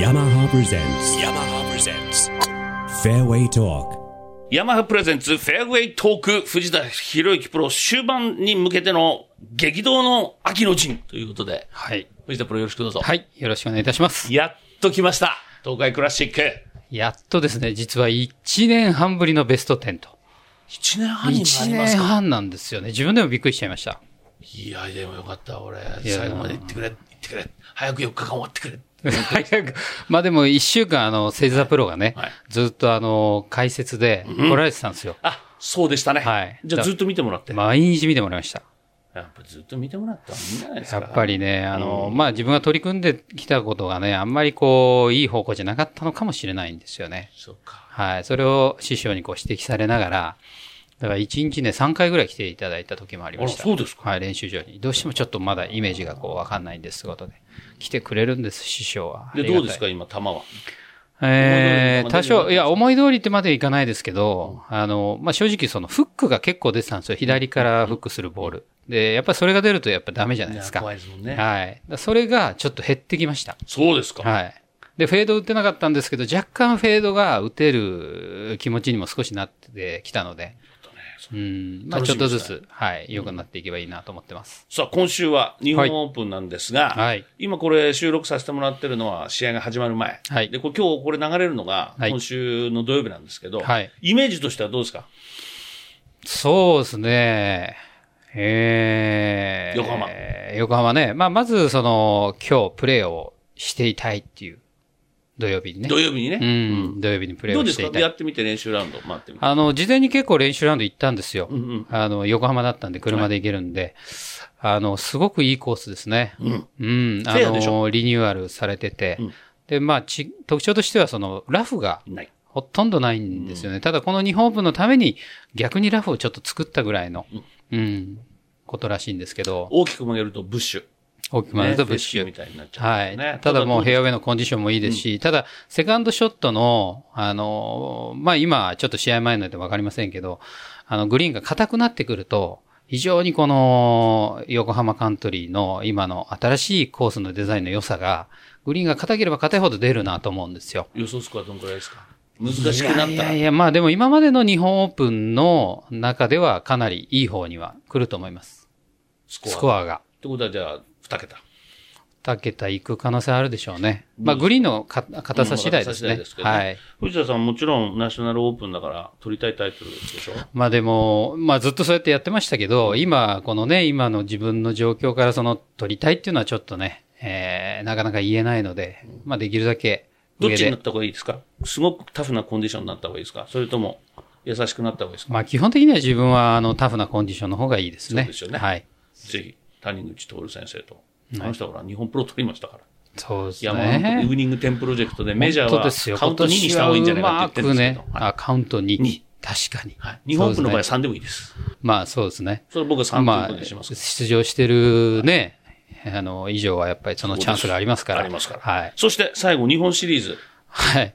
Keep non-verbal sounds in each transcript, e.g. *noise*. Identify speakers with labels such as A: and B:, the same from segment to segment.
A: yamaha presents yamaha presents fairway talk
B: ヤマハプレゼンツフェアウェイトーク藤田博之プロ終盤に向けての激動の秋の陣ということで、
C: はい。
B: 藤田プロよろしくどうぞ。
C: はい。よろしくお願いいたします。
B: やっと来ました。東海クラシック。
C: やっとですね、実は1年半ぶりのベスト10と。
B: 1年半にもな
C: 1
B: ります
C: 年
B: か
C: 半なんですよね。自分でもびっくりしちゃいました。
B: いや、でもよかった、俺。
C: や
B: 最後まで行ってくれ、行ってくれ。早く4日間終わってくれ。
C: 早く。 *laughs* まあでも1週間、あの、星座プロがね、
B: はい
C: ずっとあの、解説で来られてたんですよ。
B: あ、そうでしたね。
C: はい
B: じゃあずっと見てもらって。
C: 毎日見てもらいました。
B: やっぱずっと見てもらったらいいんじゃないです
C: や
B: か。
C: っぱりね、あの、まあ自分が取り組んできたことがね、あんまりこう、いい方向じゃなかったのかもしれないんですよね。
B: そうか。
C: はい。それを師匠にこう指摘されながら、だから1日ね、3回ぐらい来ていただいた時もありました。
B: あらそうです
C: はい、練習場に。どうしてもちょっとまだイメージがこうわかんないんですことで。来てくれるんです、師匠は。
B: で、
C: ありがた
B: ど
C: いう
B: ですか、今、球は。
C: え
B: 思い通りに
C: ー、多
B: まあ
C: 少、いや、思い通りってまでいかないですけど、あの、まあ、正直そのフックが結構出てたんですよ。左からフックするボール。で、やっぱりそれが出るとやっぱダメじゃないですか。
B: 怖いですもんね。
C: はい。だからそれがちょっと減ってきました。
B: そうですか。
C: はい。で、フェード打ってなかったんですけど、若干フェードが打てる気持ちにも少しなってきたので、うん、まあ
B: 楽し
C: ちょっ
B: みで
C: と
B: すね
C: ずつ、はい、良くなっていけばいいなと思ってます。
B: さあ、今週は日本オープンなんですが、
C: はい
B: 今これ収録させてもらってるのは試合が始まる前。
C: はい
B: で、これ今日これ流れるのが
C: はい
B: 今週の土曜日なんですけど、
C: はい
B: イメージとしてはどうですか
C: そうですね。えー、
B: 横浜
C: 横浜ね。まあ、まず、その、今日プレーをしていたいっていう、土曜日にね。
B: 土曜日に
C: う
B: ね。
C: ん、土曜日にプレー
B: どう
C: を
B: で
C: し
B: す
C: てい
B: か
C: たい
B: や。ってみて練習ラウンド回ってみて。
C: あの、事前に結構練習ラウンド行ったんですよ。
B: うんうん。
C: あの、横浜だったんで車で行けるんで、あの、すごくいいコースですね。
B: うん。
C: うん、あ
B: フェアでしょ
C: の、リニューアルされてて、
B: うん
C: で、まあち、特徴としては、その、ラフが
B: ない。
C: ほとんどないんですよね。ただ、この日本オープンのために、逆にラフをちょっと作ったぐらいの、うん、ことらしいんですけど、
B: 大きく曲げるとブッシュ。
C: 大きく回るとブッシ
B: ね
C: ュ。
B: フェスキみたいになっちゃう、
C: はい。ただもう
B: 部
C: ヘ
B: 屋
C: アウェイのコンディションもいいですし、ただ、セカンドショットの、あの、まあ、今、ちょっと試合前なのでわかりませんけど、あの、グリーンが硬くなってくると、非常にこの、横浜カントリーの今の新しいコースのデザインの良さが、グリーンが硬ければ硬いほど出るなと思うんですよ。
B: 予想スコアどんくらいですか難しくなったら。
C: いやいや、まあでも今までの日本オープンの中ではかなりいい方には来ると思います。
B: スコア。
C: スコアが。
B: ってことはじゃあ、2桁。
C: 2桁行く可能性あるでしょうね。まあグリーンのか硬さ次第です
B: うん硬さ。次第
C: ね
B: ですけどね
C: はい。
B: 藤田さんもちろんナショナルオープンだから取りたいタイトルでしょ
C: まあでも、まあずっとそうやってやってましたけど、今、このね、今の自分の状況からその取りたいっていうのはちょっとね、えー、なかなか言えないので、まあできるだけ
B: どっ
C: 上
B: ちにな
C: で
B: っ。た方がいいですかすごくタフなコンディションになった方がいいですかそれとも優しくなった方がいいですか、
C: まあ基本的には自分はあのタフなコンディションの方がいいですね。
B: そうですよね
C: はい。
B: ぜひ、谷口徹先生と。あの人ほら、日本プロ取りましたから。
C: そうです
B: いや、もう本当にウ
C: ね。
B: ィニング10プロジェクトでメジャー
C: 本当
B: は
C: ですよ
B: カウント2にした方がいいんじゃないかって言ってるんです
C: う
B: け
C: まく
B: ど。
C: ね、
B: はい
C: あカウント2。
B: に
C: 確かに。
B: はい日本オープンの場合は
C: そうですね
B: 3でもいいです。
C: まあそうですね。
B: それ僕は
C: ま
B: 3
C: あ
B: ということにします。
C: 出場してるね、あの、以上はやっぱりそのチャンスがありますから。
B: ありますから。
C: はい。
B: そして最後、日本シリーズ。
C: はい。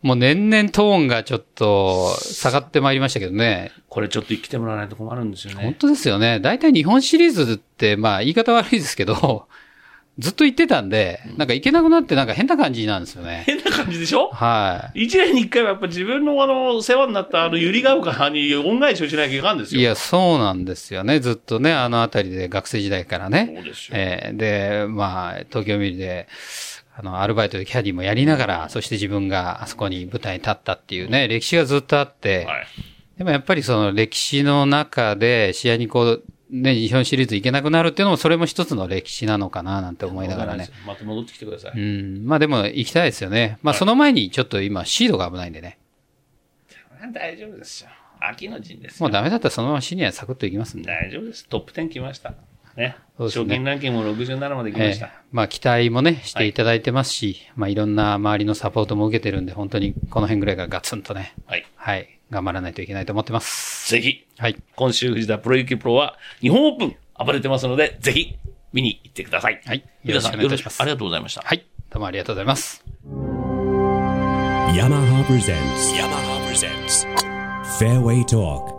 C: もう年々トーンがちょっと下がってまいりましたけどね。
B: これちょっと生きてもらわないと困るんですよ
C: 本
B: ね。
C: 当ですよね。大体日本シリーズって、まあ言い方悪いですけど、 *laughs* ずっと行ってたんで、なんか行けなくなってなんか変な感じなんですよね。
B: 変な感じでしょ
C: は
B: 一年に一回はやっぱ自分のあの、世話になったあの、ゆりが丘に恩返しをしなきゃいかんです
C: い。
B: よ。
C: いや、そうなんですよね。ずっとね、あのあたりで学生時代から
B: そう
C: ね。
B: ですよ。
C: えーで、まあ、東京ミルで、あの、アルバイトでキャディもやりながら、そして自分があそこに舞台に立ったっていうね、歴史がずっとあって、
B: はい。
C: でもやっぱりその歴史の中で試合にこう、ね、日本シリーズ行けなくなるっていうのも、それも一つの歴史なのかななんて思いながらね。。。
B: また戻ってきてくださいう
C: ん。まあでも行きたいですよね。まあその前にちょっと今シードが危ないんでね。
B: 大丈夫ですよ。秋の陣です
C: も
B: よ。
C: うダメだったらそのままシニアサクッと行きますんで。
B: 大丈夫です。トップ10来ました。ね。
C: そうです
B: 賞
C: ね
B: 金ランキングも67まで来ま
C: え
B: し
C: え
B: た。
C: まあ期待もね、していただいてますし、まあいろんな周りのサポートも受けてるんで、本当にこの辺ぐらいがガツンとね、
B: はい。
C: はい、頑張らないといけないと思ってます。
B: ぜひ、
C: はい。
B: 今週藤田プロ野球プロは日本オープン暴れてますので、ぜひ見に行ってください。
C: はい
B: 皆さん、
C: よ
B: よ
C: ろ
B: ろ
C: し
B: した
C: くお願いいしま
B: く
C: す
B: ありがとうございました。
C: はい。どうもありがとうございます。
A: yamaha presents yamaha presents fairway talk